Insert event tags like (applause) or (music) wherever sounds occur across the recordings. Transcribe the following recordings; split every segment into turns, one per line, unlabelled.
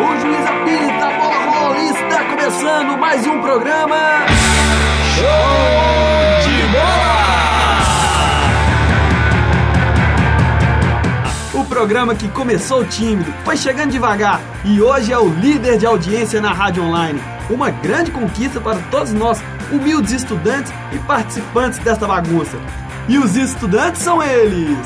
o juiz apita, a bola rola e está começando mais um programa.
Show de bola!
O programa que começou tímido, foi chegando devagar e hoje é o líder de audiência na rádio online. Uma grande conquista para todos nós, humildes estudantes e participantes desta bagunça. E os estudantes são eles!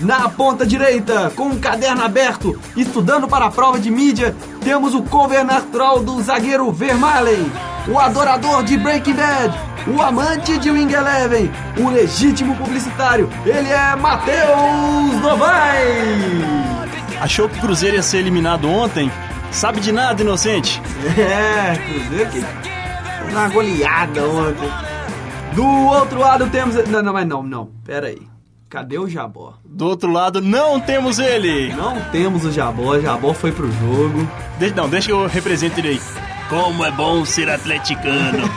Na ponta direita, com um caderno aberto, estudando para a prova de mídia, temos o cover natural do zagueiro Vermaelen, o adorador de Breaking Bad, o amante de Wing Eleven, o legítimo publicitário, ele é Matheus Novaes!
Achou que o Cruzeiro ia ser eliminado ontem? Sabe de nada, inocente.
É, Cruzeiro que fez uma goleada ontem. Do outro lado temos. Não, não, mas não, não. Pera aí. Cadê o Jabó?
Do outro lado, não temos ele.
Não temos o Jabó, o Jabó foi pro jogo.
De não, deixa que eu represente ele aí. Como é bom ser (laughs) atleticano.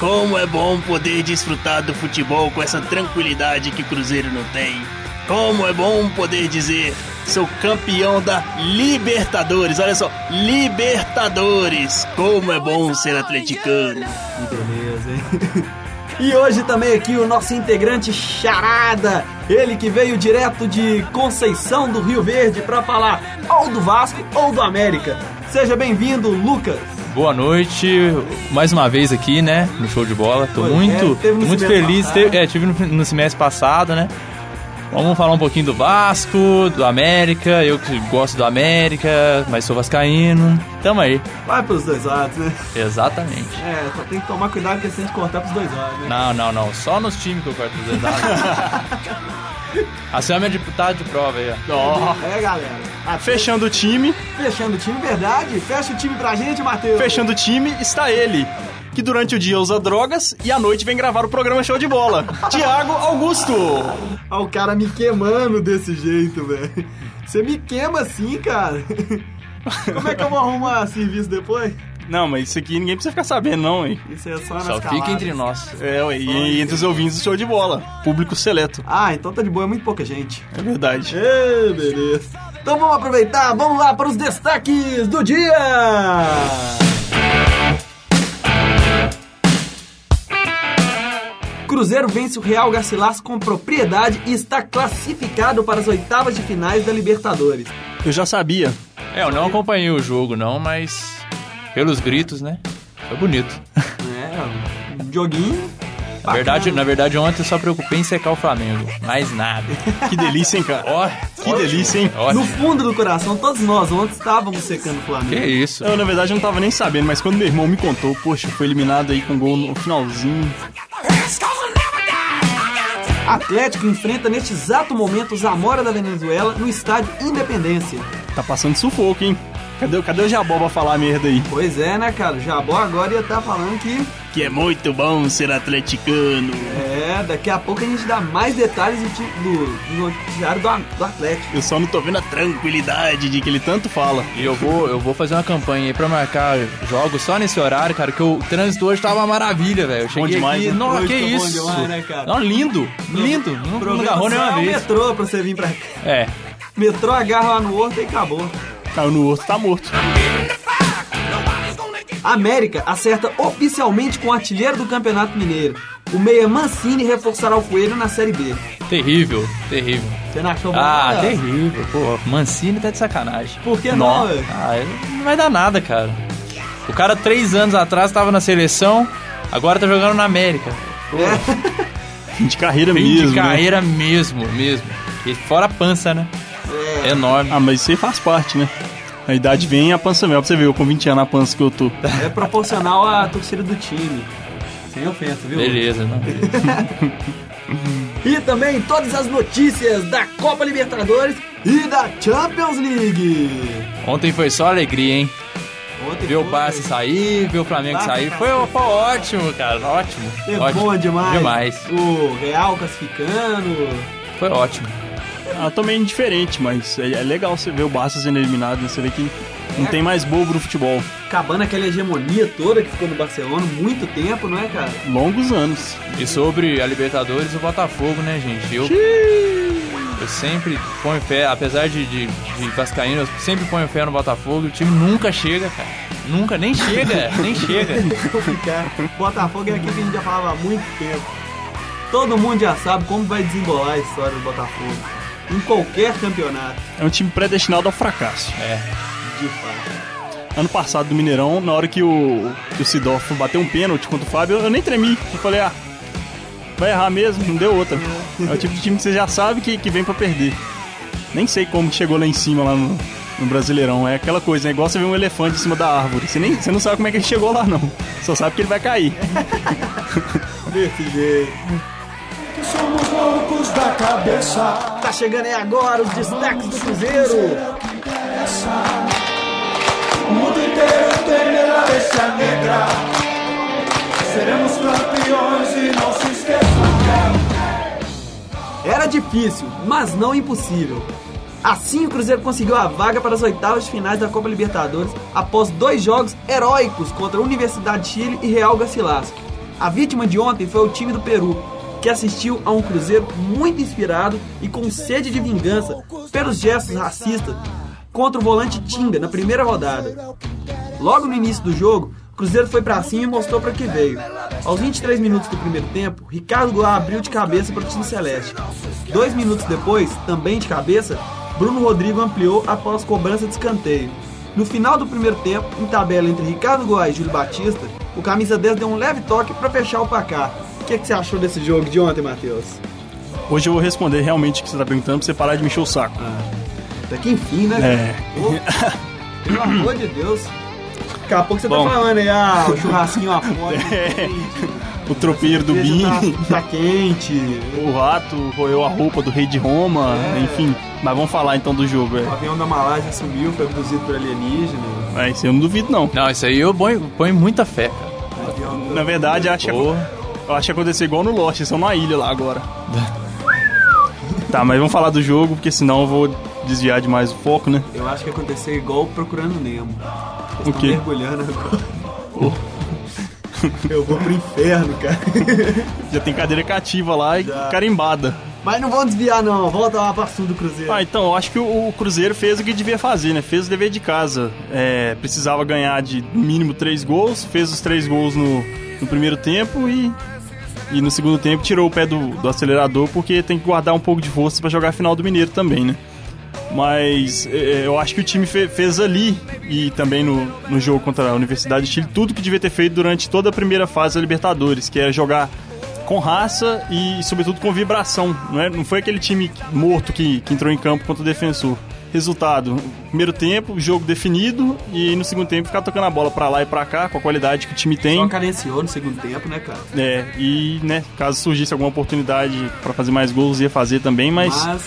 Como é bom poder desfrutar do futebol com essa tranquilidade que o Cruzeiro não tem. Como é bom poder dizer, sou campeão da Libertadores. Olha só, Libertadores. Como é bom ser atleticano.
Que beleza, hein? (laughs) E hoje também aqui o nosso integrante Charada, ele que veio direto de Conceição do Rio Verde pra falar ou do Vasco ou do América. Seja bem-vindo, Lucas.
Boa noite, mais uma vez aqui, né, no show de bola. Tô
Pois é,
muito,
teve no
muito
semestre
feliz.
passado.
Teve, é, tive no, no semestre passado, né? Vamos falar um pouquinho do Vasco, do América. Eu que gosto do América, mas sou vascaíno. Tamo aí.
Vai pros dois lados, né?
Exatamente.
É, só tem que tomar cuidado que se a gente cortar pros dois lados, né?
Não, não, não. Só nos times que eu corto os dois
(laughs)
lados. Assim é minha deputada de prova aí, ó.
Ó,
É, galera. Ah,
Fechando o time,
Fechando o time, verdade? Fecha o time pra gente, Matheus.
fechando o time, está ele. Que durante o dia usa drogas e à noite vem gravar o programa Show de Bola. Tiago Augusto.
Olha o cara me queimando desse jeito, velho. Você me queima assim, (laughs) cara. Como é que eu vou arrumar serviço depois?
Não, mas isso aqui ninguém precisa ficar sabendo, não, hein?
Isso é só nas
Só
caladas.
fica entre nós.
É, ué, e entre os ouvintes do Show de Bola. Público seleto.
Ah, então tá de boa, é muito pouca gente.
É verdade.
Ê, beleza. Então vamos aproveitar, vamos lá para os destaques do dia. Cruzeiro vence o Real Garcilaso com propriedade e está classificado para as oitavas de finais da Libertadores.
Eu já sabia.
É, eu não acompanhei o jogo, não, mas pelos gritos, né? Foi bonito.
É, um joguinho.
Na verdade, na verdade, ontem eu só preocupei em secar o Flamengo. Mais nada.
Que delícia, hein, cara?
Ó,
Que delícia, hein?
ó.
No fundo do coração, todos nós ontem estávamos secando o
Que
Flamengo.
isso?
Eu, na verdade, não tava nem sabendo, mas quando meu irmão me contou, poxa, foi eliminado aí com gol no finalzinho.
Atlético enfrenta neste exato momento o Zamora da Venezuela no estádio Independência.
Tá passando sufoco, hein? Cadê, cadê o Jabó pra falar merda aí?
Pois é, né, cara? O Jabó agora ia estar falando que
Que é muito bom ser atleticano.
É, daqui a pouco a gente dá mais detalhes do, ti- do, do noticiário do, a- do Atlético.
Eu só não tô vendo a tranquilidade de que ele tanto fala.
E eu vou, eu vou fazer uma campanha aí pra marcar jogos só nesse horário, cara, que o trânsito hoje tava uma maravilha, velho. Eu cheguei
demais,
aqui,
né?
nossa,
Hoje
que
tá bom
isso?
demais, né, cara?
Não, lindo, lindo. Não, não
só
agarrou nenhuma
é o
vez.
metrô pra você vir pra cá.
É,
Metrô agarra lá no horto e acabou.
Caiu no outro, tá morto.
América acerta oficialmente com o artilheiro do Campeonato Mineiro. O meia Mancini reforçará o coelho na Série B.
terrível, terrível.
Você não achou bom?
Ah,
não?
terrível, pô. Mancini tá de sacanagem.
Por que não, É.
Nó.
velho?
Ah, ele não vai dar nada, cara. O cara três anos atrás tava na seleção, agora tá jogando na América.
Fim de carreira
Fim
mesmo.
de
né?
carreira mesmo, mesmo. E fora a pança, né? É. Enorme.
Ah, mas isso aí faz parte, né? A idade vem e a pança mesmo. Pra você ver, eu com 20 anos a pança que eu tô.
É proporcional à torcida do time. Sem ofensa, viu?
Beleza, né? não.
E também todas as notícias da Copa Libertadores e da Champions League.
Ontem foi só alegria, hein?
Ontem
Ver o
foi-
Barça sair, ver o Flamengo
Barça
sair.
tá-
Foi, foi ótimo, cara. Ótimo.
É
ótimo.
bom demais.
Demais.
O Real classificando.
Foi ótimo.
Ela Ah, tô meio indiferente, mas é, é legal você ver o Barça sendo eliminado, né? Você vê que não tem mais bobo no futebol.
Acabando aquela hegemonia toda que ficou no Barcelona muito tempo, não é, cara? (laughs)
Longos anos.
E sobre a Libertadores, o Botafogo, né, gente? Eu, eu sempre ponho fé, apesar de, de- de de Vascaíno, eu sempre ponho fé no Botafogo e o time nunca chega, cara. Nunca, nem chega, (laughs) nem chega.
Complicado. Botafogo é aquilo que a gente já falava há muito tempo. Todo mundo já sabe como vai desembolar a história do Botafogo. Em qualquer campeonato,
É um time predestinado ao fracasso.
É.
de fato.
Ano passado do Mineirão, na hora que o, que o Sidolfo bateu um pênalti contra o Fábio, eu nem tremi. Eu falei, ah, vai errar mesmo, não deu outra. É o tipo de time que você já sabe que, que vem pra perder. Nem sei como que chegou lá em cima, lá no, no Brasileirão. É aquela coisa, é igual você ver um elefante em cima da árvore. Você, nem, você não sabe como é que ele chegou lá, não. Só sabe que ele vai cair.
Desse jeito.
Somos loucos da cabeça.
Tá chegando aí agora os destaques do Cruzeiro.
Essa. O mundo inteiro teme a bestia negra. Seremos campeões e não se esqueça.
Era difícil, mas não impossível. Assim, o Cruzeiro conseguiu a vaga para as oitavas de finais da Copa Libertadores após dois jogos heróicos contra a Universidade de Chile e Real Garcilaso. A vítima de ontem foi o time do Peru, que assistiu a um Cruzeiro muito inspirado e com sede de vingança pelos gestos racistas contra o volante Tinga na primeira rodada. Logo no início do jogo, o Cruzeiro foi pra cima e mostrou pra que veio. Aos 23 minutos do primeiro tempo, Ricardo Goulart abriu de cabeça para o time celeste. Dois minutos depois, também de cabeça, Bruno Rodrigo ampliou após cobrança de escanteio. No final do primeiro tempo, em tabela entre Ricardo Goulart e Júlio Batista, o camisa 10 deu um leve toque pra fechar o placar. O que, que você achou desse jogo de ontem, Matheus?
Hoje eu vou responder realmente o que você tá perguntando pra você parar de me encher o saco.
Até que enfim, né?
É.
Pô, pelo amor de Deus. Daqui a pouco você
Bom.
tá falando aí, ah, o churrasquinho
(laughs)
à fome.
É.
gente.
O tropeiro do
Veja, tá-
Bim.
Tá quente.
O rato roeu a roupa do rei de Roma,
É.
enfim. Mas vamos falar então do jogo.
O
É.
avião da Malásia sumiu, foi abduzido por alienígena.
É, isso eu não duvido, não.
Não, isso aí eu ponho, ponho muita fé, cara.
O avião do-
Na verdade, acho que, é
Porra.
eu acho que aconteceu igual no Lost, eles estão numa ilha lá agora. (laughs) tá, mas vamos falar do jogo, porque senão eu vou desviar demais o foco, né?
Eu acho que aconteceu igual procurando Nemo. Vocês
O
tão
quê?
mergulhando agora. Eu vou pro inferno, cara.
Já tem cadeira cativa lá e
Já.
carimbada.
Mas não vão desviar, não. Volta lá pra sul do Cruzeiro.
Ah, então, eu acho que o o Cruzeiro fez o que devia fazer, né? Fez o dever de casa. É, precisava ganhar de no mínimo três gols, fez os três gols no, no primeiro tempo e, e no segundo tempo tirou o pé do, do acelerador porque tem que guardar um pouco de força pra jogar a final do Mineiro também, né? Mas é, eu acho que o time fe- fez ali e também no, no jogo contra a Universidade de Chile tudo que devia ter feito durante toda a primeira fase da Libertadores, que é jogar com raça e, sobretudo, com vibração. Não, é? não foi aquele time morto que, que entrou em campo contra o defensor. Resultado: primeiro tempo, jogo definido e no segundo tempo ficar tocando a bola pra lá e pra cá com a qualidade que o time tem.
Só carenciou no segundo tempo, né, cara?
É, e né, caso surgisse alguma oportunidade pra fazer mais gols, ia fazer também, mas.
Mas,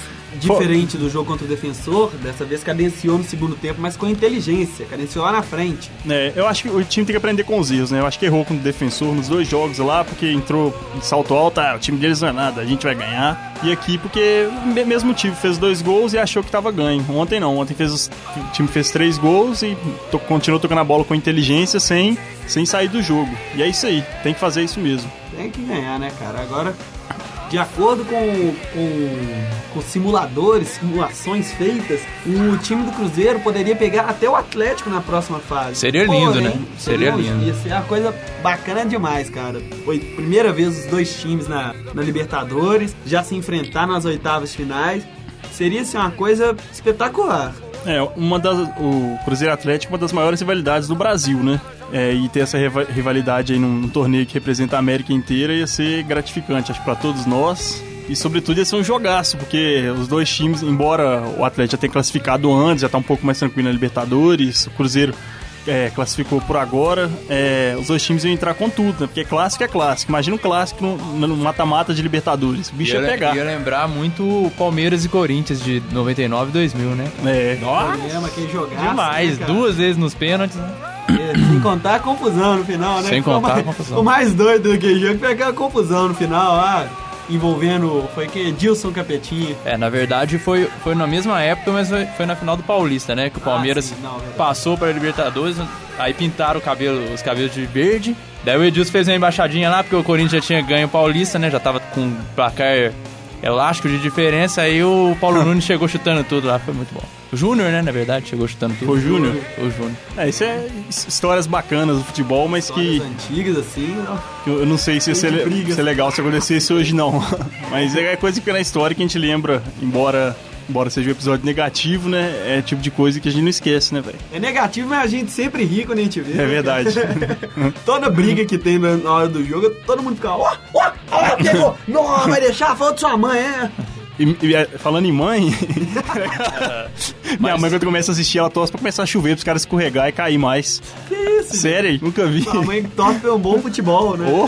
diferente do jogo contra o defensor, dessa vez cadenciou no segundo tempo, mas com inteligência. Cadenciou lá na frente.
É, eu acho que o time tem que aprender com os erros, né? Eu acho que errou com o defensor nos dois jogos lá, porque entrou em salto alto, ah, o time deles não é nada, a gente vai ganhar. E aqui, porque o me- mesmo time fez dois gols e achou que tava ganho. Ontem não, ontem fez os- o time fez três gols e to- continuou tocando a bola com inteligência, sem, sem sair do jogo. E é isso aí, tem que fazer isso mesmo.
Tem que ganhar, né, cara? Agora, de acordo com, com, com simuladores, simulações feitas, o time do Cruzeiro poderia pegar até o Atlético na próxima fase.
Seria lindo, né?
Seria,
Seria
lindo.
lindo.
Ia ser uma coisa bacana demais, cara. Foi a primeira vez os dois times na, na Libertadores, já se enfrentar nas oitavas finais. Seria assim, uma coisa espetacular.
É, uma das, o Cruzeiro Atlético é uma das maiores rivalidades do Brasil, né? É, e ter essa riva- rivalidade aí num, num torneio que representa a América inteira ia ser gratificante, acho, pra todos nós. E, sobretudo, ia ser um jogaço, porque os dois times, embora o Atlético já tenha classificado antes, já tá um pouco mais tranquilo na Libertadores, o Cruzeiro é, classificou por agora, é, os dois times iam entrar com tudo, né? Porque clássico é clássico. Imagina um clássico no no mata-mata de Libertadores. O bicho
Ia
ia
le-
pegar.
Ia lembrar muito o Palmeiras e Corinthians de 99 e 2000, né?
É.
Nossa,
Problema, quem jogasse.
demais.
né, cara?
Duas vezes nos pênaltis, né?
É, Sem contar a confusão no final, né?
Sem
Foi o
contar a
mais-
confusão.
O mais doido do que jogo foi aquela confusão no final lá, envolvendo. Foi que Edilson Capetinha.
É, na verdade foi, foi na mesma época, mas foi, foi na final do Paulista, né? Que o Palmeiras
sim, não, verdade.
passou para a Libertadores, aí pintaram o cabelo, os cabelos de verde. Daí o Edilson fez uma embaixadinha lá, porque o Corinthians já tinha ganho o Paulista, né? Já tava com um placar elástico de diferença, aí o Paulo Nunes chegou chutando tudo lá, foi muito bom. O Júnior, né, na verdade, chegou chutando tudo.
O Júnior?
O Júnior.
É, isso é his- histórias bacanas do futebol, mas que
Histórias antigas, assim, ó.
que eu eu não sei se isso é,
Cheio de
le-
brigas.
se é legal se acontecesse hoje, não. (laughs) mas é coisa que fica na história que a gente lembra, embora, embora seja um episódio negativo, né? É tipo de coisa que a gente não esquece, né, velho?
É negativo, mas a gente sempre ri quando a gente vê. né?
É verdade.
(laughs) Toda briga que tem na na hora do jogo, todo mundo fica, ó, ó, ó,
(laughs)
pegou, não, vai deixar, falou de sua mãe, é.
E- e, é, falando em mãe, (laughs) minha mãe quando começa a assistir, ela torce pra começar a chover, pros caras escorregar e cair mais.
Que isso,
Sério, nunca vi.
gente? A mãe torce pelo bom futebol, né?
Oh.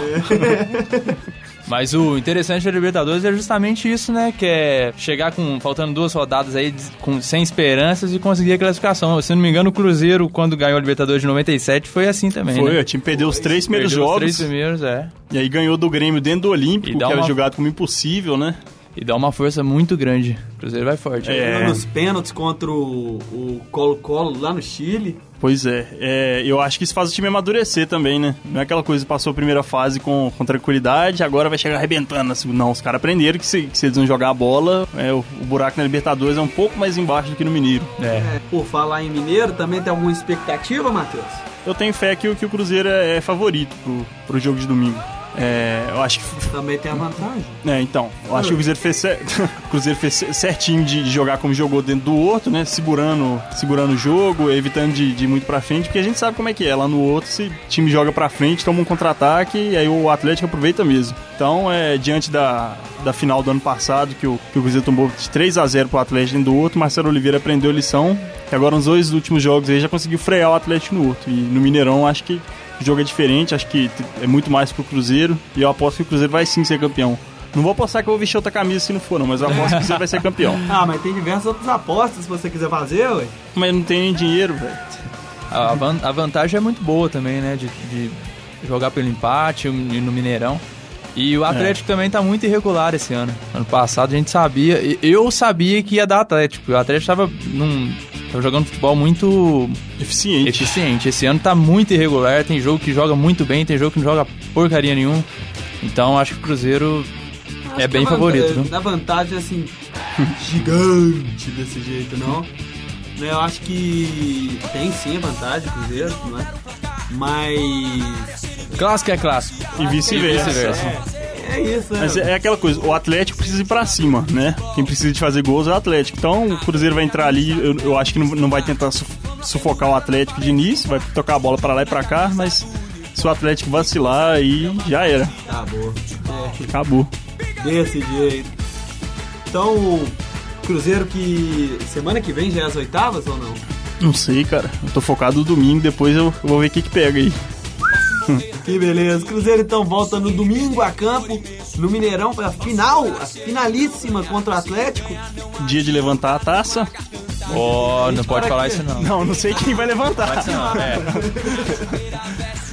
Mas o interessante da Libertadores é justamente isso, né? Que é chegar com faltando duas rodadas aí des- com, sem esperanças e conseguir a classificação. Se não me engano, o Cruzeiro, quando ganhou a Libertadores de 97, foi assim
(laughs)
também.
Foi,
né?
o time perdeu os três primeiros
Perdeu os
jogos
três primeiros, é.
e aí ganhou do Grêmio dentro do
E
Olímpico, que
dá
era
uma-
jogado como impossível, né?
E dá uma força muito grande. O Cruzeiro vai forte.
É.
Ganhou Nos pênaltis contra o o Colo-Colo lá no Chile.
Pois é, é, eu acho que isso faz o time amadurecer também, né? Não é aquela coisa que passou a primeira fase com, com tranquilidade, agora vai chegar arrebentando. assim, Não, os caras aprenderam que se, que se eles não jogar a bola, é, o, o buraco na Libertadores é um pouco mais embaixo do que no Mineiro.
É.
Por falar em Mineiro, também tem alguma expectativa, Matheus?
Eu tenho fé que, o- que o Cruzeiro é favorito pro, pro jogo de domingo. É, eu acho que
Também tem a vantagem.
É, então, eu acho que o Cruzeiro fez, cer- (laughs) o Cruzeiro fez cer- certinho de de jogar como jogou dentro do outro, né? Segurando, segurando o jogo, evitando de, de ir muito pra frente, porque a gente sabe como é que é. Lá no outro, se o time joga pra frente, toma um contra-ataque e aí o Atlético aproveita mesmo. Então, é, diante da, da final do ano passado, que o, que o Cruzeiro tomou de 3 a 0 pro Atlético dentro do outro, Marcelo Oliveira aprendeu a lição, e agora nos dois últimos jogos aí já conseguiu frear o Atlético no outro. E no Mineirão, acho que o jogo é diferente, acho que t- é muito mais pro Cruzeiro, e eu aposto que o Cruzeiro vai sim ser campeão. Não vou apostar que eu vou vestir outra camisa se não for, não, mas eu aposto que o Cruzeiro vai ser campeão.
Ah, mas tem diversas outras apostas se você quiser fazer, ué.
(laughs) Mas não tem nem dinheiro, velho.
A, van- a vantagem é muito boa também, né? De, de jogar pelo empate e no Mineirão. E o Atlético também tá muito irregular esse ano. Ano passado a gente sabia, e- eu sabia que ia dar Atlético. O Atlético tava, num, tava jogando futebol muito
Eficiente.
eficiente. Esse ano tá muito irregular, tem jogo que joga muito bem, tem jogo que não joga porcaria nenhuma. Então acho que o Cruzeiro
Acho que
é bem
a
favorito,
vanta-
viu?
A vantagem, assim, gigante desse jeito, não. Né, Eu acho que tem sim a vantagem, Cruzeiro, não é? Mas.
Clássico é clássico.
E vice-versa.
É, é isso, né?
Mas é é aquela coisa, o Atlético precisa ir pra cima, né? Quem precisa de fazer gols é o Atlético. Então o Cruzeiro vai entrar ali, eu, eu acho que não, não vai tentar su- sufocar o Atlético de início, vai tocar a bola pra lá e pra cá, mas se o Atlético vacilar, aí já era,
Tá bom.
acabou.
É, desse jeito. Então, Cruzeiro que. Semana que vem já é as oitavas ou não?
Não sei, cara. Eu tô focado no domingo, depois eu, eu vou ver o que que pega aí.
Que beleza. Cruzeiro então volta no domingo a campo, no Mineirão, pra final, a finalíssima contra o Atlético.
Dia de levantar a taça?
Oh, não pode
para
falar
aqui.
isso não.
Não, não sei quem vai levantar.
é.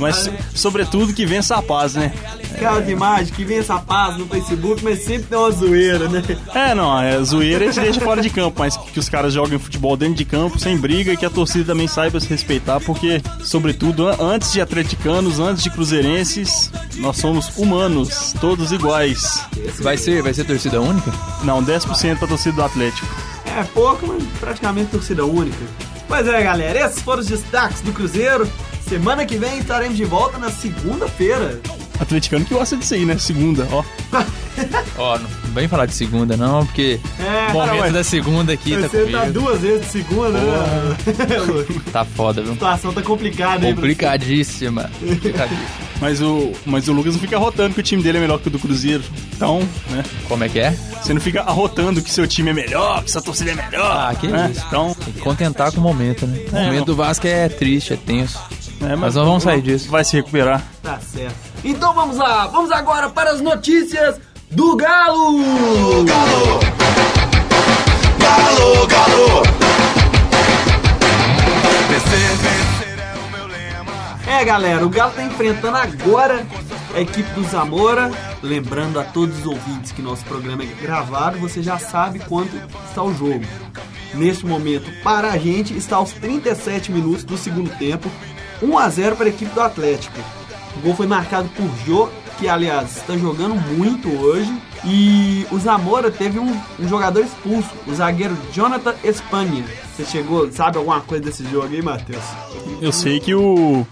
Mas, sobretudo, que vença a paz, né?
Cara de imagem que vem essa paz no Facebook, mas sempre tem uma zoeira, né?
É, não, é zoeira a gente deixa fora de campo, mas que os caras joguem futebol dentro de campo, sem briga, e que a torcida também saiba se respeitar, porque, sobretudo, an- antes de atleticanos, antes de cruzeirenses, nós somos humanos, todos iguais.
Vai ser, vai ser torcida única?
Não, 10% pra torcida do Atlético.
É pouco, mas praticamente torcida única. Pois é, galera, esses foram os destaques do Cruzeiro. Semana que vem estaremos de volta na segunda-feira.
Atleticano que gosta disso aí, né? Segunda, ó.
Ó, não vem falar de segunda não, porque
É,
o momento
cara, ué.
da segunda aqui tá
Você tá
comigo.
duas vezes de segunda, né? Lu?
Tá foda,
(laughs)
viu?
A situação tá complicada, hein, Bruno?
Complicadíssima. Complicadíssima.
Mas o, mas o Lucas não fica rotando que o time dele é melhor que o do Cruzeiro. Então, né?
Como é que é?
Você não fica arrotando que seu time é melhor, que sua torcida é melhor.
Ah, que
né?
isso.
Então,
Tem que contentar com o momento, né? O
É,
momento
não.
do Vasco é triste, é tenso.
é,
Mas nós vamos sair disso.
Vai se recuperar.
Tá certo. Então vamos lá, vamos agora para as notícias do Galo!
Galo, galo. Vencer, vencer é o meu lema.
É, galera, o Galo tá enfrentando agora a equipe do Zamora. Lembrando a todos os ouvintes que nosso programa é gravado, você já sabe quanto está o jogo. Neste momento, para a gente, está aos 37 minutos do segundo tempo, 1 a 0 para a equipe do Atlético. O gol foi marcado por Jô, que aliás está jogando muito hoje. E o Zamora teve um, um jogador expulso, o zagueiro Jonathan Espanha. Você chegou, sabe alguma coisa desse jogo aí, Matheus?
Eu sei que o.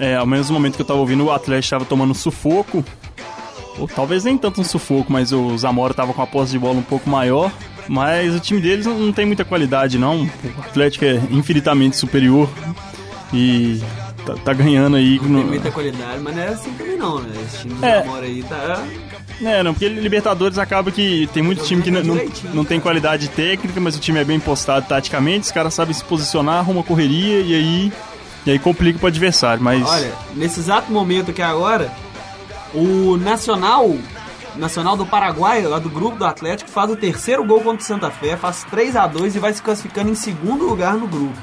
É, ao menos no momento que eu tava ouvindo, o Atlético tava tomando um sufoco. Ou talvez nem tanto um sufoco, mas o Zamora tava com a posse de bola um pouco maior. Mas o time deles não, não tem muita qualidade, não. O Atlético é infinitamente superior. E tá, tá ganhando aí.
Tem
no-
muita qualidade, mas não é assim também não, né? Esse time do
É.
Zamora aí tá.
É, não, porque Libertadores acaba que tem muito time que não, não, não tem qualidade técnica, mas o time é bem postado taticamente, os caras sabem se posicionar, arruma correria e aí, e aí complica pro adversário, mas
Olha, nesse exato momento aqui agora, o Nacional, Nacional do Paraguai, lá do grupo do Atlético, faz o terceiro gol contra o Santa Fé, faz 3 a 2 e vai se classificando em segundo lugar no grupo,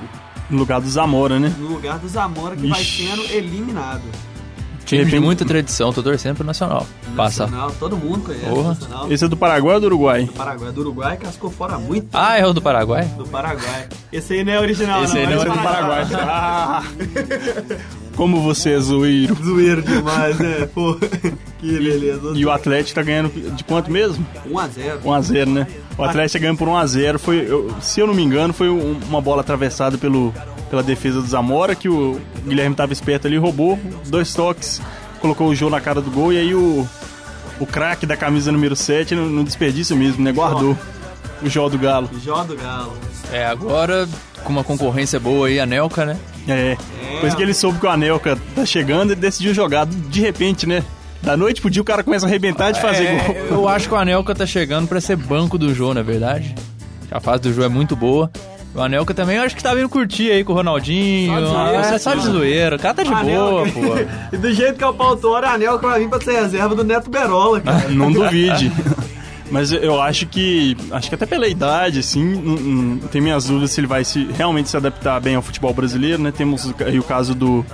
no lugar do Zamora, né?
no lugar do Zamora que vai
Ixi.
sendo eliminado.
Time de
repente-
muita tradição, tô torcendo pro Nacional. Passa.
Nacional, todo mundo conhece o
Porra.
Nacional.
Esse é do Paraguai ou do Uruguai?
do Paraguai, do Uruguai, cascou fora muito
Ah, é o do Paraguai?
do Paraguai. Esse aí não é original,
Esse
não.
aí não
é
é do
Paraguai. Ah. Como você é zoeiro.
Zoeiro demais,
(laughs)
né? Pô, que beleza.
E o Atlético tá ganhando de quanto mesmo?
1x0.
1x0, né? O Atlético ganhou por 1x0. Foi, eu- se eu não me engano, foi um- uma bola atravessada pelo, pela defesa do Zamora, que o Guilherme tava esperto ali, roubou dois toques, colocou o jogo na cara do gol e aí o, o craque da camisa número 7 no, no desperdício mesmo, né? Guardou o Jó do Galo.
Jó do Galo.
É, agora com uma concorrência boa aí, a Nelca, né?
É. Depois que ele soube que o Anelka tá chegando, ele decidiu jogar de repente, né? Da noite pro dia o cara começa a arrebentar de fazer
É,
gol.
Eu acho que o Anelka tá chegando pra ser banco do Jô, na verdade. A fase do Jô é muito boa. O Anelka também, eu acho que tá vindo curtir aí com o Ronaldinho.
Só de zoeira,
Ah,
cara.
é só de zoeira. O cara tá de boa,
Anelka. (laughs)
pô.
E do jeito que é o Pautor, a Anelka vai vir pra ser reserva do Neto Berola, cara.
(laughs) Não duvide. Mas eu acho que, acho que até pela idade, assim, não- não- tem minhas dúvidas se ele vai se, realmente se adaptar bem ao futebol brasileiro, né? Temos o ca- aí o caso do,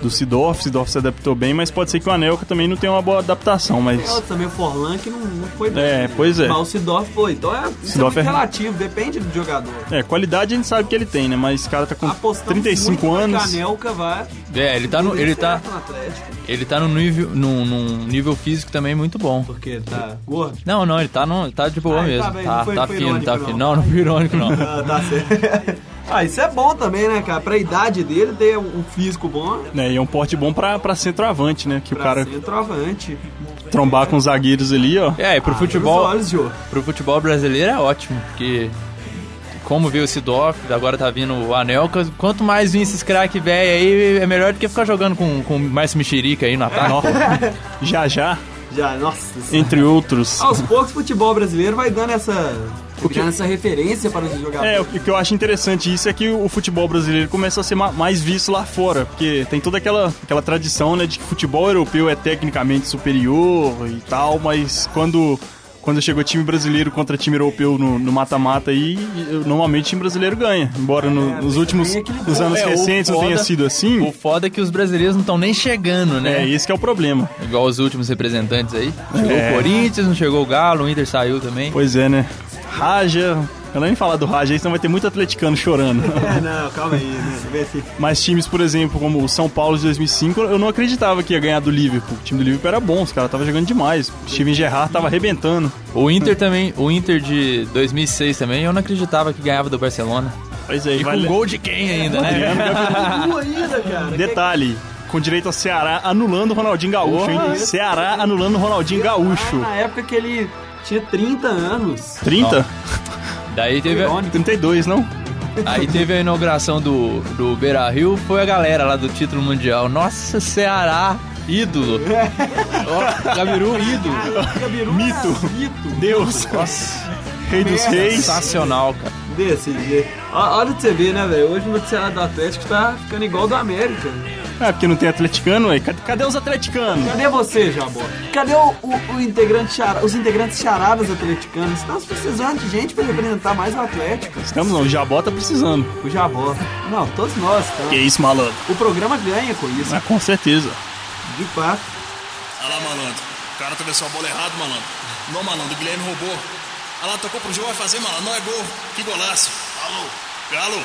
do Sidorf, Sidorf se adaptou bem, mas pode ser que o Anelka também não tenha uma boa adaptação,
É outro
mas...
também, o Forlan, que não, não foi bem.
É,
né?
pois é.
Mas o Sidorf foi. Então é, isso é
Sidorf
muito
é-
relativo, depende do jogador.
É, qualidade a gente sabe que ele tem, né? Mas o cara tá com
Apostamos
35
muito
anos.
Que a Anelka vai.
É, ele tá no, ele tá,
Certo no Atlético,
ele tá num nível, num, num nível físico também muito bom.
porque ele tá gordo. (laughs)
Não, não, ele tá, no, ele tá de boa
Ah, ele
mesmo.
tá
Tá,
bem,
tá,
não foi- foi
fino, tá
irônico,
fino.
não.
Não, não foi irônico, não.
Ah, tá certo. (laughs) ah, isso é bom também, né, cara? Pra idade dele, ter um um físico bom.
Né? E é um porte bom pra, pra centroavante, né? Que
Pra
o cara
centroavante.
trombar com os zagueiros ali, ó.
É, e
Ah, Abre
pro
os
futebol,
Olhos, Jô.
pro futebol brasileiro é ótimo, porque como veio o Sidorf, agora tá vindo o Anelka, quanto mais vir esses craque velho aí, é melhor do que ficar jogando com, com mais mexerica aí no ataque.
Nó. Já já,
Já, nossa senhora.
entre outros.
Aos poucos, o futebol brasileiro vai dando essa,
O que-
dando essa referência para os
É,
jogadores.
o que o que eu acho interessante isso é que o futebol brasileiro começa a ser ma- mais visto lá fora, porque tem toda aquela, aquela tradição, né, de que futebol europeu é tecnicamente superior e tal, mas quando, quando chegou time brasileiro contra time europeu no no mata-mata aí, eu- normalmente o time brasileiro ganha, embora no-
mas
nos
também
últimos
é aquele-
nos anos
é, o
recentes não tenha
foda-
sido
O
assim.
foda é que os brasileiros não estão nem chegando,
É,
né?
esse que é o problema.
Igual os últimos representantes aí. Chegou o Corinthians, não chegou o Galo, o Inter saiu também.
Pois é, né? Raja, eu nem falar do Raja, aí senão vai ter muito atleticano chorando.
É, não, calma aí, né? Vê (laughs) se-
Mas times, por exemplo, como o São Paulo de 2005, eu não acreditava que ia ganhar do Liverpool. O time do Liverpool era bom, os caras estavam jogando demais. O Steven Gerrard tava arrebentando.
O Inter também, o Inter de 2006 também, eu não acreditava que ganhava do Barcelona.
Pois é,
E
vai
com
le-
gol de quem ainda, né?
Adriano Gabriel.
Boa um ainda, cara.
Detalhe, com direito a Ceará anulando o Ronaldinho Gaúcho, hein? Ceará anulando o Ronaldinho
Ah,
Gaúcho.
na época que ele tinha 30 anos.
30?
Daí teve, a-
Irônico.
32, não?
aí teve a inauguração do, do Beira Rio, foi a galera lá do título mundial. Nossa, Ceará, ídolo. Ó, Gabiru, ídolo.
Gabiru
Mito.
era Mito.
Deus!
Nossa,
Rei dos reis.
sensacional, cara.
Desse jeito. assim, Ó, Olha pra você ver, né, velho? Hoje o noticiário do Atlético tá ficando igual do América.
Ah, porque não tem atleticano, ué. Cadê, cadê os atleticanos?
Cadê você, Jabó? Cadê o, o- o integrante chara- os integrantes charadas atleticanos? Estamos precisando de gente pra representar mais o Atlético.
Estamos não, o Jabó tá precisando.
O Jabó. Não, todos nós.
Que
Tá?
isso, malandro?
O programa ganha com isso,
Ah, com certeza.
de fato.
Olha lá, malandro. O cara atravessou a bola errado, malandro. Não, malandro, o Guilherme roubou. Olha lá, tocou pro Gil, vai fazer, malandro. Não é gol. Que golaço. Alô. Galo!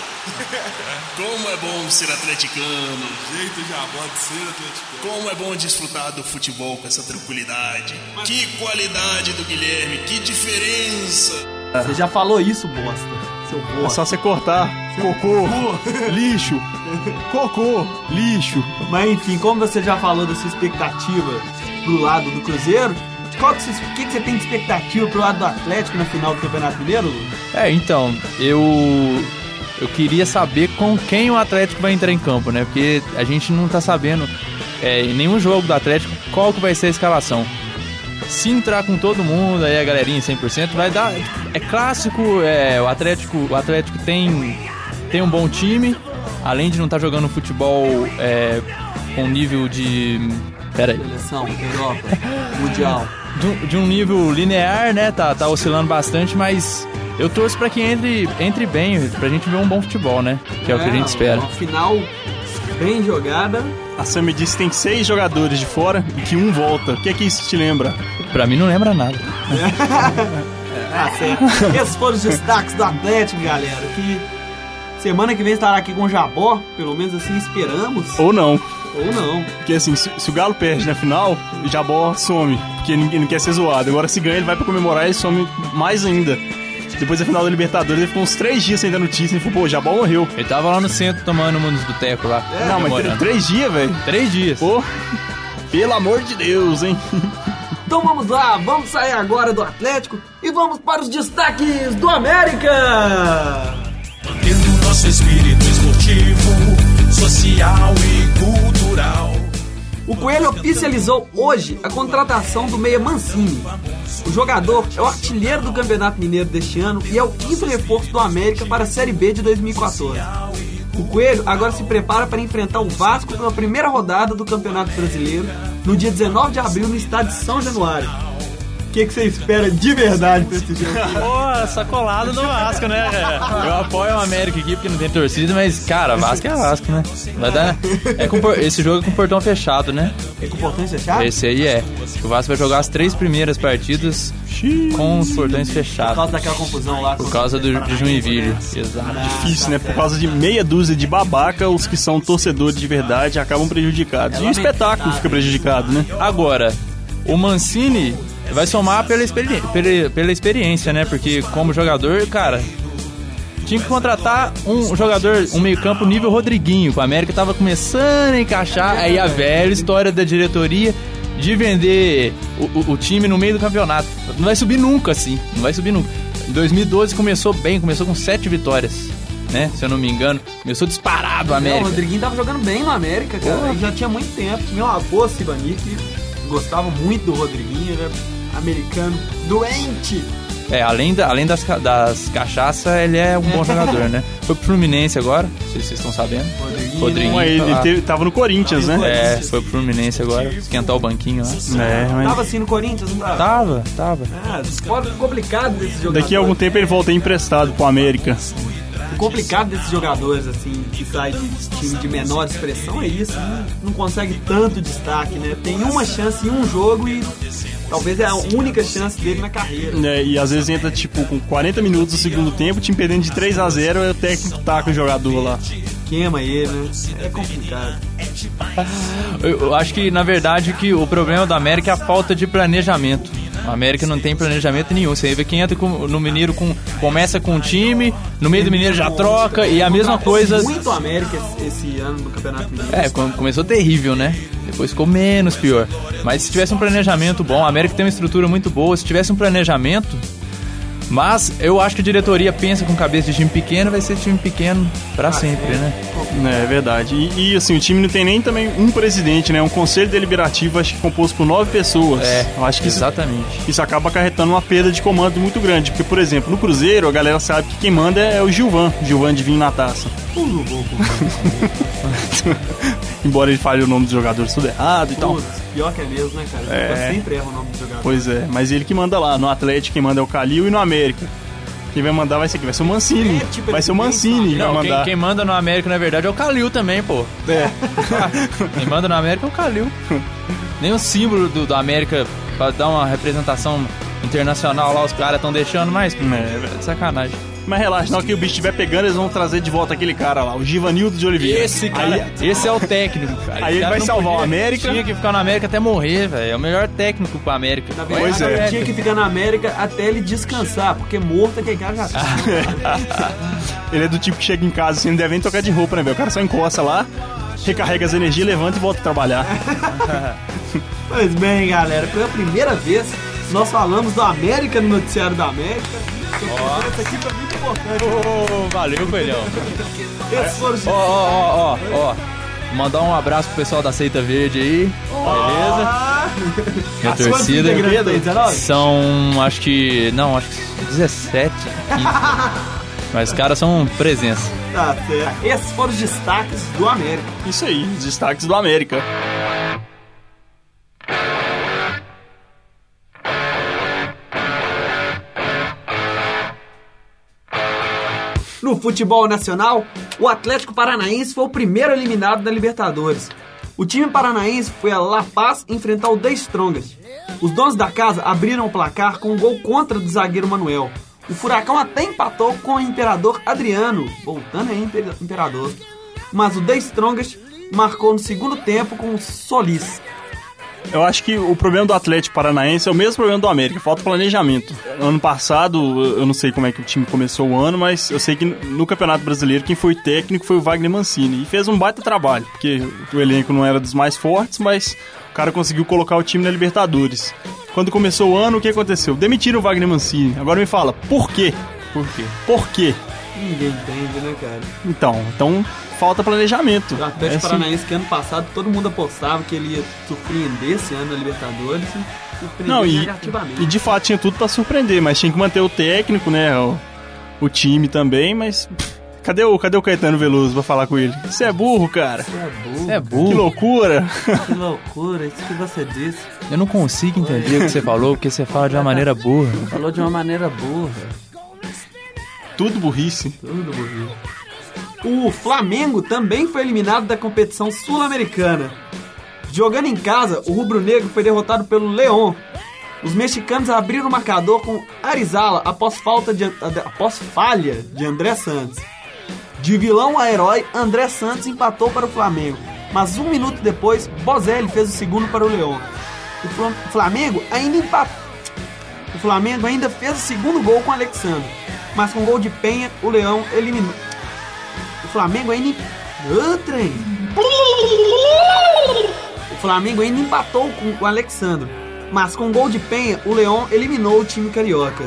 Como (laughs) é bom ser atleticano!
Jeito já, pode ser atleticano.
Como é bom desfrutar do futebol com essa tranquilidade! Que qualidade do Guilherme! Que diferença!
Você já falou isso, bosta. Seu
É
bosta.
só você cortar. Cocô,
(laughs)
lixo. Cocô, lixo.
Mas enfim, como você já falou da sua expectativa pro lado do Cruzeiro, qual que, você- o que, que você tem de expectativa pro lado do Atlético na final do Campeonato Mineiro, Lucas?
É, então, eu eu queria saber com quem o Atlético vai entrar em campo, né? Porque a gente não tá sabendo é, em nenhum jogo do Atlético qual que vai ser a escalação. Se entrar com todo mundo, aí a galerinha 100%, vai dar... É clássico, é, o Atlético, o Atlético tem, tem um bom time, além de não estar jogando futebol é, com nível de... Pera aí
Seleção,
(laughs)
Europa, Mundial.
de, um- de um nível linear, né? Tá, tá oscilando bastante, mas eu torço pra que entre, entre bem, pra gente ver um bom futebol, né? Que é, o que a gente espera.
Uma final bem jogada.
A Sam me disse que tem seis jogadores de fora e que um volta. O que é que isso te lembra?
Pra mim não lembra nada.
Tá
(laughs)
certo. Esses foram os destaques do Atlético, galera. Que semana que vem estará aqui com o Jabó, pelo menos assim esperamos.
Ou não.
Ou não.
Porque assim, se, se o Galo perde na final, o Jabó some. Porque ninguém não quer ser zoado. Agora se ganha, ele vai pra comemorar e some mais ainda. Depois da final da Libertadores, ele ficou uns três dias sem dar notícia. Ele falou, pô, o Jabó morreu.
Ele tava lá no centro tomando um dos botecos lá.
não, mas três,
comemorando.
três dias, velho.
Três dias.
Pô, pelo amor de Deus, hein? (laughs)
Então vamos lá, vamos sair agora do Atlético e vamos para os destaques do América!
Mantendo nosso espírito esportivo, social e cultural.
O Coelho oficializou hoje a contratação do meia Mancini. O jogador é o artilheiro do Campeonato Mineiro deste ano e é o quinto reforço do América para a Série B de 2014. O Coelho agora se prepara para enfrentar o Vasco pela primeira rodada do Campeonato Brasileiro no dia 19 de abril no estádio de São Januário. O que, que você espera de verdade para esse jogo?
Pô, sacolada do Vasco, né? Eu apoio o América aqui porque não tem torcida, mas, cara, Vasco é Vasco, né? Vai dar. É com por- esse jogo é com portão fechado, né?
É com importância chave?
Esse aí é. O Vasco vai jogar as três primeiras partidas com os portões
Por
fechados.
causa daquela confusão lá.
Por causa do, de Joinville.
né?
Exato.
difícil, né? Por causa de meia dúzia de babaca, os que são torcedores de verdade acabam prejudicados. E o espetáculo fica prejudicado, né?
Agora, o Mancini vai somar pela, experi pela, pela experiência, né? Porque como jogador, cara, tinha que contratar um jogador, um meio-campo nível Rodriguinho, que o América tava começando a encaixar. Aí a velha história da diretoria de vender o, o- o time no meio do campeonato. Não vai subir nunca, assim. Não vai subir nunca. 2012 começou bem, começou com sete vitórias, né? Se eu não me engano. Começou disparado
Não,
o
o
América.
Rodriguinho tava jogando bem no América, cara. Ele já tinha muito tempo. Meu avô, Sibani, que gostava muito do Rodriguinho, era americano doente.
É, além, da, além das, ca- das cachaça, ele é um (laughs) bom jogador, né? Foi pro Fluminense agora, não sei se vocês estão sabendo.
Rodriguinho.
Rodriguinho.
Bom, ele
tá lá.
teve- tava no Corinthians, né?
É, foi pro Fluminense agora, esquentar o banquinho lá.
É, mas
Tava assim no Corinthians, não tava?
Tava, tava.
Ah, o complicado desses jogadores.
daqui a algum tempo ele volta emprestado pro América.
O complicado desses jogadores, assim, que sai de time de menor expressão é isso. né? Não consegue tanto destaque, né? Tem uma chance em um jogo e talvez é a única chance dele na carreira.
É, e às vezes entra, tipo, com 40 minutos do segundo tempo, o time perdendo de 3 a 0 aí o técnico taca o jogador lá.
Queima ele, né? É complicado.
Ah, Eu, eu acho que, na verdade, que o problema do América é a falta de planejamento. O América não tem planejamento nenhum. Você vê que entra com- no Mineiro, com, começa com um time, no meio do Mineiro já troca, e a mesma coisa...
Muito América esse- esse ano no Campeonato Mineiro.
É, com- começou terrível, né? Depois ficou menos pior. Mas se tivesse um planejamento bom, a América tem uma estrutura muito boa, se tivesse um planejamento. Mas eu acho que a diretoria pensa com cabeça de time pequeno, vai ser time pequeno pra sempre, né?
Ah, É, é verdade. E, e, assim, o time não tem nem também um presidente, né? Um conselho deliberativo, acho que composto por nove pessoas.
É,
eu acho que isso
exatamente.
isso acaba acarretando uma perda de comando muito grande. Porque, por exemplo, no Cruzeiro, a galera sabe que quem manda é o Gilvan, Gilvan de vinho na taça.
um
Embora ele fale o nome dos jogadores tudo errado e tal.
Putz, pior que é mesmo, né, cara? Eu sempre erro o nome do jogador.
Pois é, mas ele que manda lá. No Atlético, quem manda é o Calil e no América. Quem vai mandar vai ser quem? Vai ser o Mancini.
É, tipo,
Vai ser o
ele
Mancini que vai
Não, quem,
mandar.
quem manda no América, na verdade, é o Calil também, pô.
É.
(laughs) Quem manda no América é o Calil. Nem o símbolo do, do América pra dar uma representação internacional lá, os caras estão deixando mais. pô.
É,
É sacanagem.
mas relaxa, na hora que o bicho estiver pegando, eles vão trazer de volta aquele cara lá, o Givanildo de Oliveira.
Esse cara, esse é o técnico, cara.
Aí ele
Esse cara
vai
não
salvar
podia-
o América.
Tinha que ficar na América até morrer, velho. É o melhor técnico pro América.
Na
Pois
verdade,
é.
ele tinha que ficar na América até ele descansar, porque morto aquele cara já tá.
Ele é do tipo que chega em casa assim, não deve nem tocar de roupa, né, velho? O cara só encosta lá, recarrega as energias, levanta e volta a trabalhar.
Pois bem, galera, pela primeira vez nós falamos do América no Noticiário da América. Então, Isso aqui foi muito importante.
Ô, valeu, coelhão.
Esses foram os
Ó, ó, ó, ó, ó. Mandar um abraço pro pessoal da Seita Verde aí. Beleza? Minha
Quantos
torcida.
integrantes aí, 19?
São, acho que. Não, acho que 17. 15. Mas os caras são presença.
Tá certo. Esses foram os destaques do América.
Isso aí, os destaques do América.
No futebol nacional, o Atlético Paranaense foi o primeiro eliminado da Libertadores. O time paranaense foi a La Paz enfrentar o The Strongest. Os donos da casa abriram o placar com um gol contra do zagueiro Manuel. O Furacão até empatou com o Imperador Adriano, voltando aí Imper- Imperador. Mas o The Strongest marcou no segundo tempo com o Solis.
Eu acho que o problema do Atlético Paranaense é o mesmo problema do América, falta planejamento. Ano passado, eu- eu não sei como é que o time começou o ano, mas eu sei que no Campeonato Brasileiro quem foi técnico foi o Wagner Mancini e fez um baita trabalho, porque o elenco não era dos mais fortes, mas o cara conseguiu colocar o time na Libertadores. Quando começou o ano, o que aconteceu? Demitiram o Wagner Mancini. Agora me fala, por quê?
Por quê?
Por quê?
Ninguém entende, né, cara?
Então, então falta planejamento.
O Atlético
É assim.
Paranaense que ano passado todo mundo apostava que ele ia surpreender esse ano na Libertadores. surpreendeu
Não, e,
negativamente.
e de fato tinha tudo pra surpreender, mas tinha que manter o técnico, né? O, o time também, mas. pff, cadê, o, cadê o Caetano Veloso pra falar com ele? Você é burro, cara.
É burro,
Você é
Que
burro.
loucura!
que loucura, isso que você disse.
Eu não consigo entender o que você falou, porque você fala de uma maneira burra.
Falou de uma maneira burra.
Tudo burrice.
Tudo burro. O Flamengo também foi eliminado da competição sul-americana. Jogando em casa, o rubro-negro foi derrotado pelo León. Os mexicanos abriram o marcador com Arizala após, falta de, após falha de André Santos. De vilão a herói, André Santos empatou para o Flamengo. Mas um minuto depois, Bozelli fez o segundo para o Leão. O Flam- Flamengo ainda empatou. O Flamengo ainda fez o segundo gol com o Alexandre. Mas com gol de Penha, o Leão eliminou. O Flamengo ainda. Ô, trem! O Flamengo ainda empatou com o Alexandre. Mas com gol de Penha, o Leão eliminou o time carioca.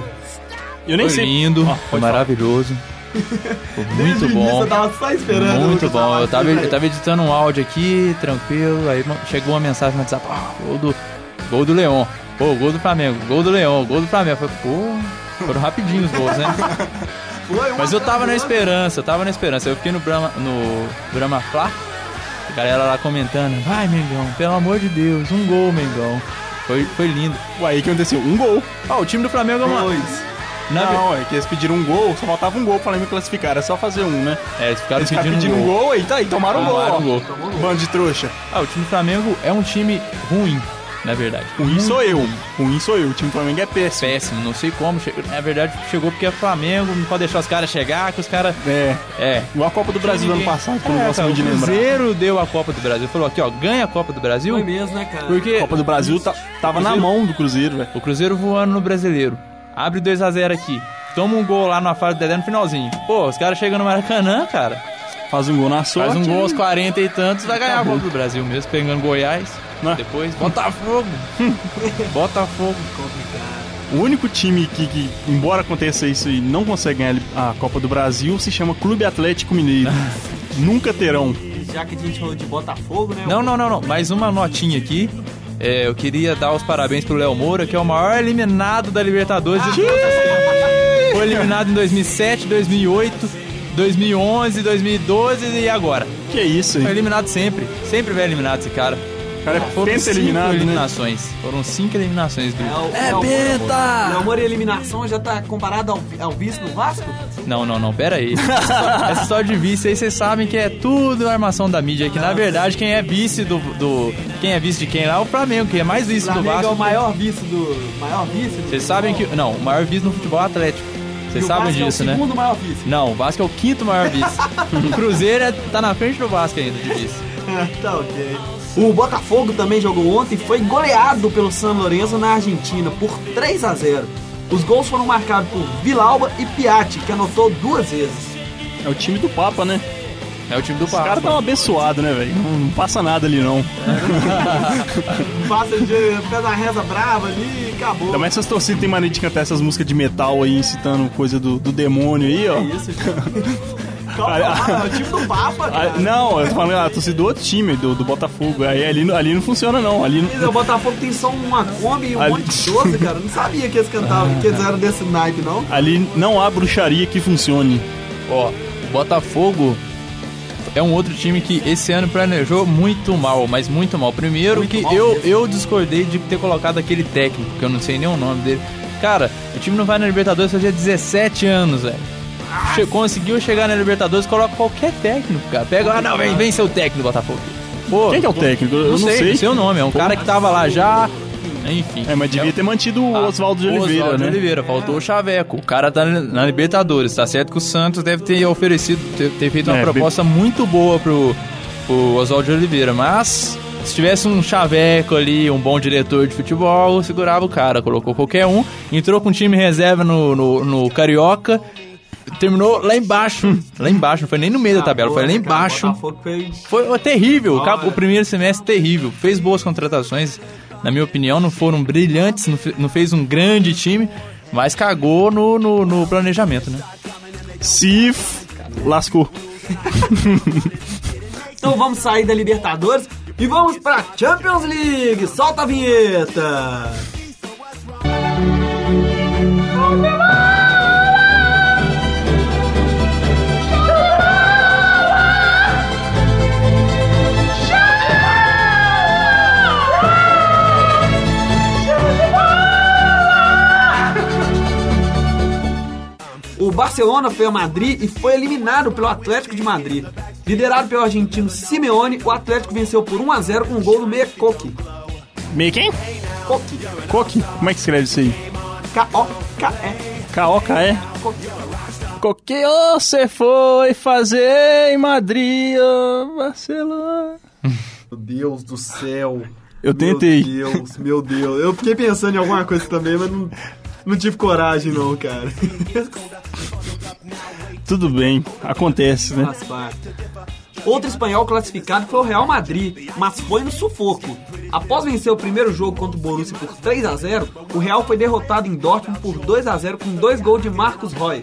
Eu nem
Foi
sei.
lindo,
Ó,
foi
pode
maravilhoso. Foi muito
Desde o início,
bom.
Eu tava só esperando. o
Muito
Lucas
bom.
falar
Eu tava,
assim,
aqui,
eu
né?
tava editando um áudio aqui, tranquilo. Aí ma- chegou uma mensagem no WhatsApp: ah, gol do, gol do Leão. Pô, gol do Flamengo, gol do Leão, gol do Flamengo. Eu Falei, pô, foram rapidinho os
(laughs)
gols, né?
Foi um
Mas eu tava na
atrás do outro.
esperança, eu tava na esperança. Eu fiquei no Brahma, no Brahma Fla, a galera lá comentando: vai, Mengão, pelo amor de Deus, um gol, Mengão. Foi, foi lindo.
Ué, aí o que aconteceu? Um gol.
Ó, o time do Flamengo é uma.
Dois.
na-
Não, é que eles pediram um gol, só faltava um gol pra me classificar, era só fazer um, né?
É, eles ficaram
Eles ficaram
pedindo,
pedindo um gol, aí tá aí, tomaram um gol.
Tomaram
ó.
um gol.
Bando de trouxa.
Ah, o time do Flamengo é um time ruim, na verdade.
Ruim sou eu. Ruim sou eu. O time do Flamengo é péssimo.
péssimo, não sei como. Che- Na verdade, chegou porque é Flamengo, não pode deixar os caras chegar, que os caras.
É.
É.
Igual a Copa do Brasil do ano passado, que eu não
É,
gosto
cara,
muito de
o
lembrar.
Cruzeiro deu a Copa do Brasil. Falou aqui, ó, ganha a Copa do Brasil.
Foi mesmo, né, cara?
Porque
A Copa do Brasil tá- tava na mão do Cruzeiro, velho.
o Cruzeiro voando no brasileiro. Abre 2x0 aqui. Toma um gol lá na fase do Dedé no finalzinho. Pô, os caras chegam no Maracanã, cara.
Faz um gol na sorte.
Faz um gol aos 40 e tantos, vai ganhar a Copa do Brasil mesmo, pegando Goiás.
Né?
Depois, (laughs) Botafogo. Botafogo.
O único time que, que, embora aconteça isso e não consegue ganhar a Copa do Brasil, se chama Clube Atlético
(laughs)
Mineiro. Nunca terão.
Já que a gente falou de Botafogo, né?
Não,
o-
não, não, não. Mais uma notinha aqui. É, eu queria dar os parabéns pro Léo Moura, que é o maior eliminado da Libertadores.
Ah.
de toda essa- Foi eliminado em 2007, 2008, 2011, 2012 e agora.
Que é isso,
Foi
hein?
eliminado sempre. Sempre vai eliminado esse cara.
O cara é
Foram
penta
cinco
eliminado, né?
eliminações. Foram cinco eliminações do.
É, o, é beta! Léo Moura e eliminação já tá comparado ao, ao vice no Vasco?
Não, não, não, pera aí. Essa história de vice aí, vocês sabem que é tudo armação da mídia. Que na verdade quem é vice do. do- quem é vice de quem lá é o Flamengo, quem é mais vice
Flamengo
do Vasco.
é o maior vice do... Maior vice do
Vocês sabem que. Não, o maior vice no futebol é o Atlético. Vocês
E o
sabem
Vasco é
disso,
o
né?
segundo maior
(laughs)
vice.
Não, o Vasco é o quinto maior vice. (laughs) o Cruzeiro é- tá na frente do Vasco ainda de vice.
tá ok. O Botafogo também jogou ontem e foi goleado pelo San Lorenzo na Argentina por 3 a 0. Os gols foram marcados por Vilauba e Piatti, que anotou duas
(laughs)
vezes.
É o time do Papa, né?
É o time do
Os caras
Papa.
tão abençoados, né, velho? Não, não passa nada ali, não.
Passa de fez a reza brava ali e acabou.
Também essas torcidas têm mania de cantar essas músicas de metal aí, incitando coisa do, do demônio aí, ó.
É isso, cara. Calma, lá, é o time do Papa,
Ah,
cara.
não, eu tô falando, ah, a torcida do outro time, do, do Botafogo. Aí ali, não- ali não funciona, não. Ali,
O Botafogo tem só uma Kombi e um
Ali-
monte de doce, cara. Não sabia que eles cantavam, que eles eram desse naipe, não.
ali não há bruxaria que funcione.
Ó, o Botafogo é um outro time que esse ano planejou muito mal, mas muito mal. Primeiro que eu, eu discordei de ter colocado aquele técnico, que eu não sei nem o nome dele. Cara, o time não vai na Libertadores fazia 17 anos, velho. Che- conseguiu chegar na Libertadores, coloca qualquer técnico, cara. Pega, ah, não, vem, vem ser o técnico do Botafogo. Pô,
Quem que é o técnico? Eu
não,
não
sei,
sei.
não sei o nome, é um cara que tava lá já. Enfim.
É, mas devia ter mantido o
Ah,
Oswaldo de Oliveira,
Oswaldo
né?
de Oliveira, faltou o Chaveco. O cara tá na Libertadores, tá certo que o Santos deve ter oferecido, ter, ter feito uma
É,
proposta muito boa pro, pro Oswaldo de Oliveira, mas se tivesse um Chaveco ali, um bom diretor de futebol, segurava o cara, colocou qualquer um, entrou com um time reserva no, no, no Carioca, terminou lá embaixo, (laughs) lá embaixo, não foi nem no meio da tabela, foi lá
Ah, né, Cara,
embaixo.
O Botafogo foi
Foi ó, terrível.
Olha.
Acabou O primeiro semestre terrível. Fez boas contratações, na minha opinião, não foram brilhantes, não, fe- não fez um grande time, mas cagou no, no, no planejamento, né?
Se f- lascou.
Então vamos sair da Libertadores e vamos pra Champions League. Solta a vinheta. O Barcelona foi a Madrid e foi eliminado pelo Atlético de Madrid. Liderado pelo argentino Simeone, o Atlético venceu por 1 a 0 com um gol do meia Coque.
Meio quem?
Coque.
Coque? Como é que escreve isso aí?
K-O-K-E.
K-O-K-E? Coque, ô, você foi fazer em Madrid, ô, Barcelona.
Meu Deus do céu.
Eu tentei.
Meu Deus, meu Deus. Eu fiquei pensando em alguma coisa também, mas não, não tive coragem não, cara.
Tudo bem, acontece, né?
Faz parte. Outro espanhol classificado foi o Real Madrid, mas foi no sufoco. Após vencer o primeiro jogo contra o Borussia por 3 a 0 o Real foi derrotado em Dortmund por 2 a 0 com dois gols de Marcos Roy.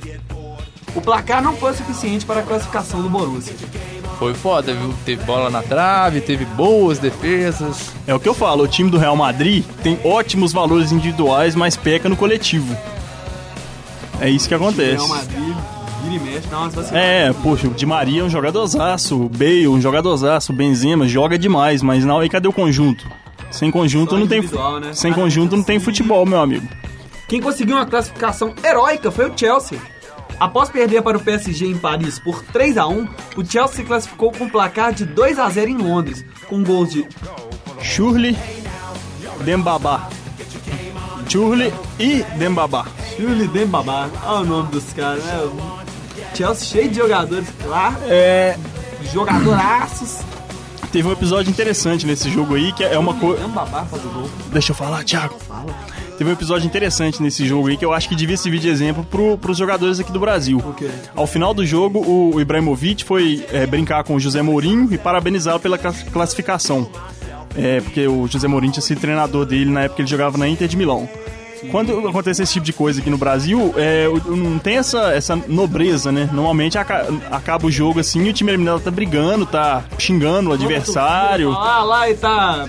O placar não foi suficiente para a classificação do Borussia.
Foi foda, viu? Teve bola na trave, teve boas defesas.
É o que eu falo, o time do Real Madrid tem ótimos valores individuais, mas peca no coletivo. É isso que
O
acontece.
Real Madrid vira e mexe, dá umas vaciladas.
É, poxa, o Di Maria é um jogadorzaço, o Bale é um jogadorzaço, o Benzema joga demais, mas não, aí cadê o conjunto? Sem conjunto
Só
não tem
individual, né?
Sem conjunto não tem futebol, meu amigo.
Quem conseguiu uma classificação heróica foi o Chelsea. Após perder para o PSG em Paris por 3 a 1 o Chelsea se classificou com o placar de 2 a 0 em Londres, com gols de
Shurley, Dembabá. Shurley e Dembabá.
Julie Dembabá, olha o nome dos caras, né? O Chelsea cheio de jogadores lá,
É,
jogadoraços.
teve um episódio interessante nesse jogo aí, que é uma coisa...
Dembabá faz o gol.
Deixa eu falar, Thiago. Teve um episódio interessante nesse jogo aí que eu acho que devia servir de exemplo pro, pros jogadores aqui do Brasil.
quê?
Ao final do jogo, o, o Ibrahimovic foi é, brincar com o José Mourinho e parabenizá-lo pela clas- classificação. É, porque o José Mourinho tinha sido treinador dele na época que ele jogava na Inter de Milão. Quando acontece esse tipo de coisa aqui no Brasil, é, o- não tem essa, essa nobreza, né? Normalmente aca- acaba o jogo assim e o time eliminado tá brigando, tá xingando o adversário.
Lá, lá e tá,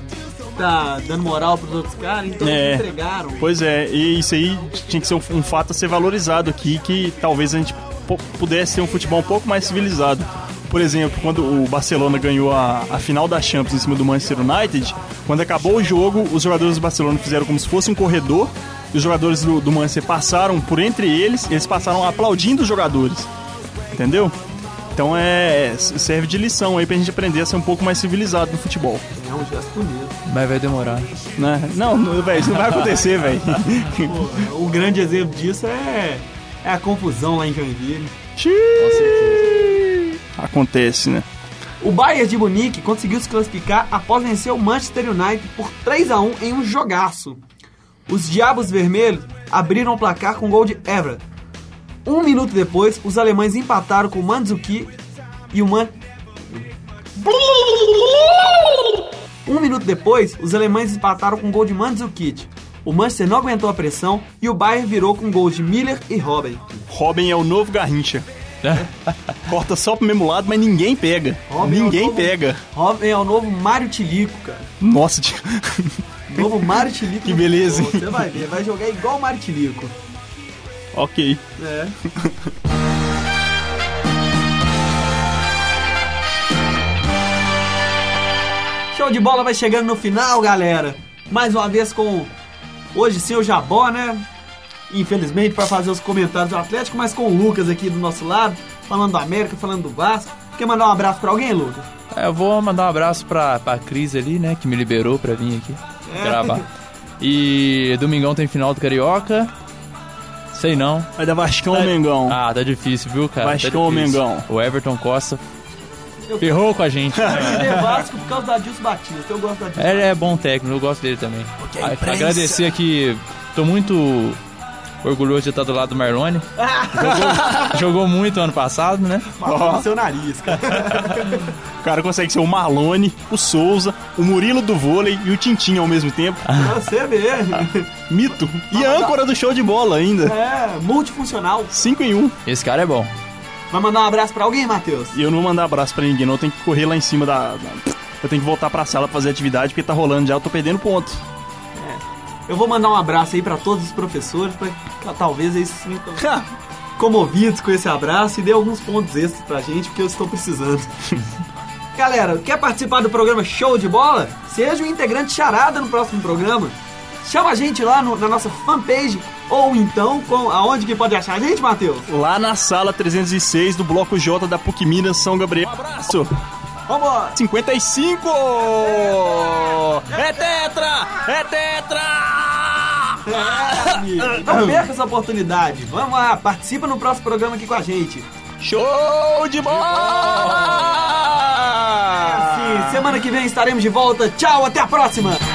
tá dando moral pros outros caras, então
É.
eles entregaram.
Pois é, e isso aí tinha que ser um, um fato a ser valorizado aqui, que talvez a gente po- pudesse ter um futebol um pouco mais civilizado. Por exemplo, quando o Barcelona ganhou a, a final da Champions em cima do Manchester United, quando acabou o jogo, os jogadores do Barcelona fizeram como se fosse um corredor, e os jogadores do, do Manchester passaram por entre eles, e eles passaram aplaudindo os jogadores. Entendeu? Então é. serve de lição aí pra gente aprender a ser um pouco mais civilizado no futebol.
É um gesto
(laughs)
bonito.
Mas vai demorar.
Né? Não, não, velho, isso não vai acontecer, velho.
Pô, o grande exemplo disso é É a confusão lá em Joinville.
Acontece, né?
O Bayern de Munique conseguiu se classificar após vencer o Manchester United por 3 a 1 em um jogaço. Os Diabos Vermelhos abriram o placar com gol de Everett. Um minuto depois, os alemães empataram com o Mandzuki e o Man... Um minuto depois, os alemães empataram com gol de Mandzukic. O Manchester não aguentou a pressão e o Bayern virou com gols de Miller e Robin.
Robin é o novo Garrincha. (laughs) Corta só pro mesmo lado, mas ninguém pega.
Robin é o
ninguém
novo-
pega.
Robin é o novo Mário Tilico, cara.
Nossa, tio. (laughs)
Novo Mário Tilico.
Que beleza, hein?
Você vai ver, vai jogar igual o Mário Tilico.
ok.
É. Show de bola vai chegando no final, galera. Mais uma vez com hoje sem o Jabó, né? Infelizmente para fazer os comentários do Atlético, mas com o Lucas aqui do nosso lado, falando do América, falando do Vasco. Quer mandar um abraço pra alguém, Lucas?
É, eu vou mandar um abraço pra, pra Cris ali, né? Que me liberou pra vir aqui gravar. E domingão tem final do Carioca. Sei não.
Vai dar Vascão ou
Tá-
Mengão?
Ah, tá difícil, viu, cara? Tá
Vascão ou
difícil.
Mengão?
O Everton Costa ferrou com a
(laughs)
gente.
Eu é Vasco por causa da Dilson Batista. Eu gosto da Dilson.
Ele é bom técnico, eu gosto dele também. A- Agradecer aqui, tô muito orgulhoso de estar do lado do Marlone. Jogou, jogou muito ano passado, né?
Batista no seu nariz, cara.
O cara consegue ser o Marlone, o Souza, o Murilo do vôlei e o Tintin ao mesmo tempo.
Você mesmo.
Mito. E a âncora do show de bola ainda.
É, multifuncional.
5 em 1. Um.
Esse cara é bom.
Vai mandar um abraço pra alguém, Matheus?
E eu não vou mandar abraço pra ninguém, não. Eu tenho que correr lá em cima da. da- Eu tenho que voltar pra sala pra fazer atividade, porque tá rolando já, eu tô perdendo ponto.
Eu vou mandar um abraço aí pra todos os professores, pra que talvez eles se sintam comovidos com esse abraço e dê alguns pontos extras pra gente, porque eu estou precisando. Galera, quer participar do programa Show de Bola? Seja um integrante charada no próximo programa. Chama a gente lá no- na nossa fanpage ou então com aonde que pode achar a gente, Matheus?
Lá na sala 306 do Bloco J da PUC Minas, São Gabriel. Um abraço!
Vambora!
55! É tetra! É tetra!
É, amigo, Não perca essa oportunidade. Vamos lá, participa no próximo programa aqui com a gente.
Show de bola!
Sim, semana que vem estaremos de volta. Tchau, até a próxima!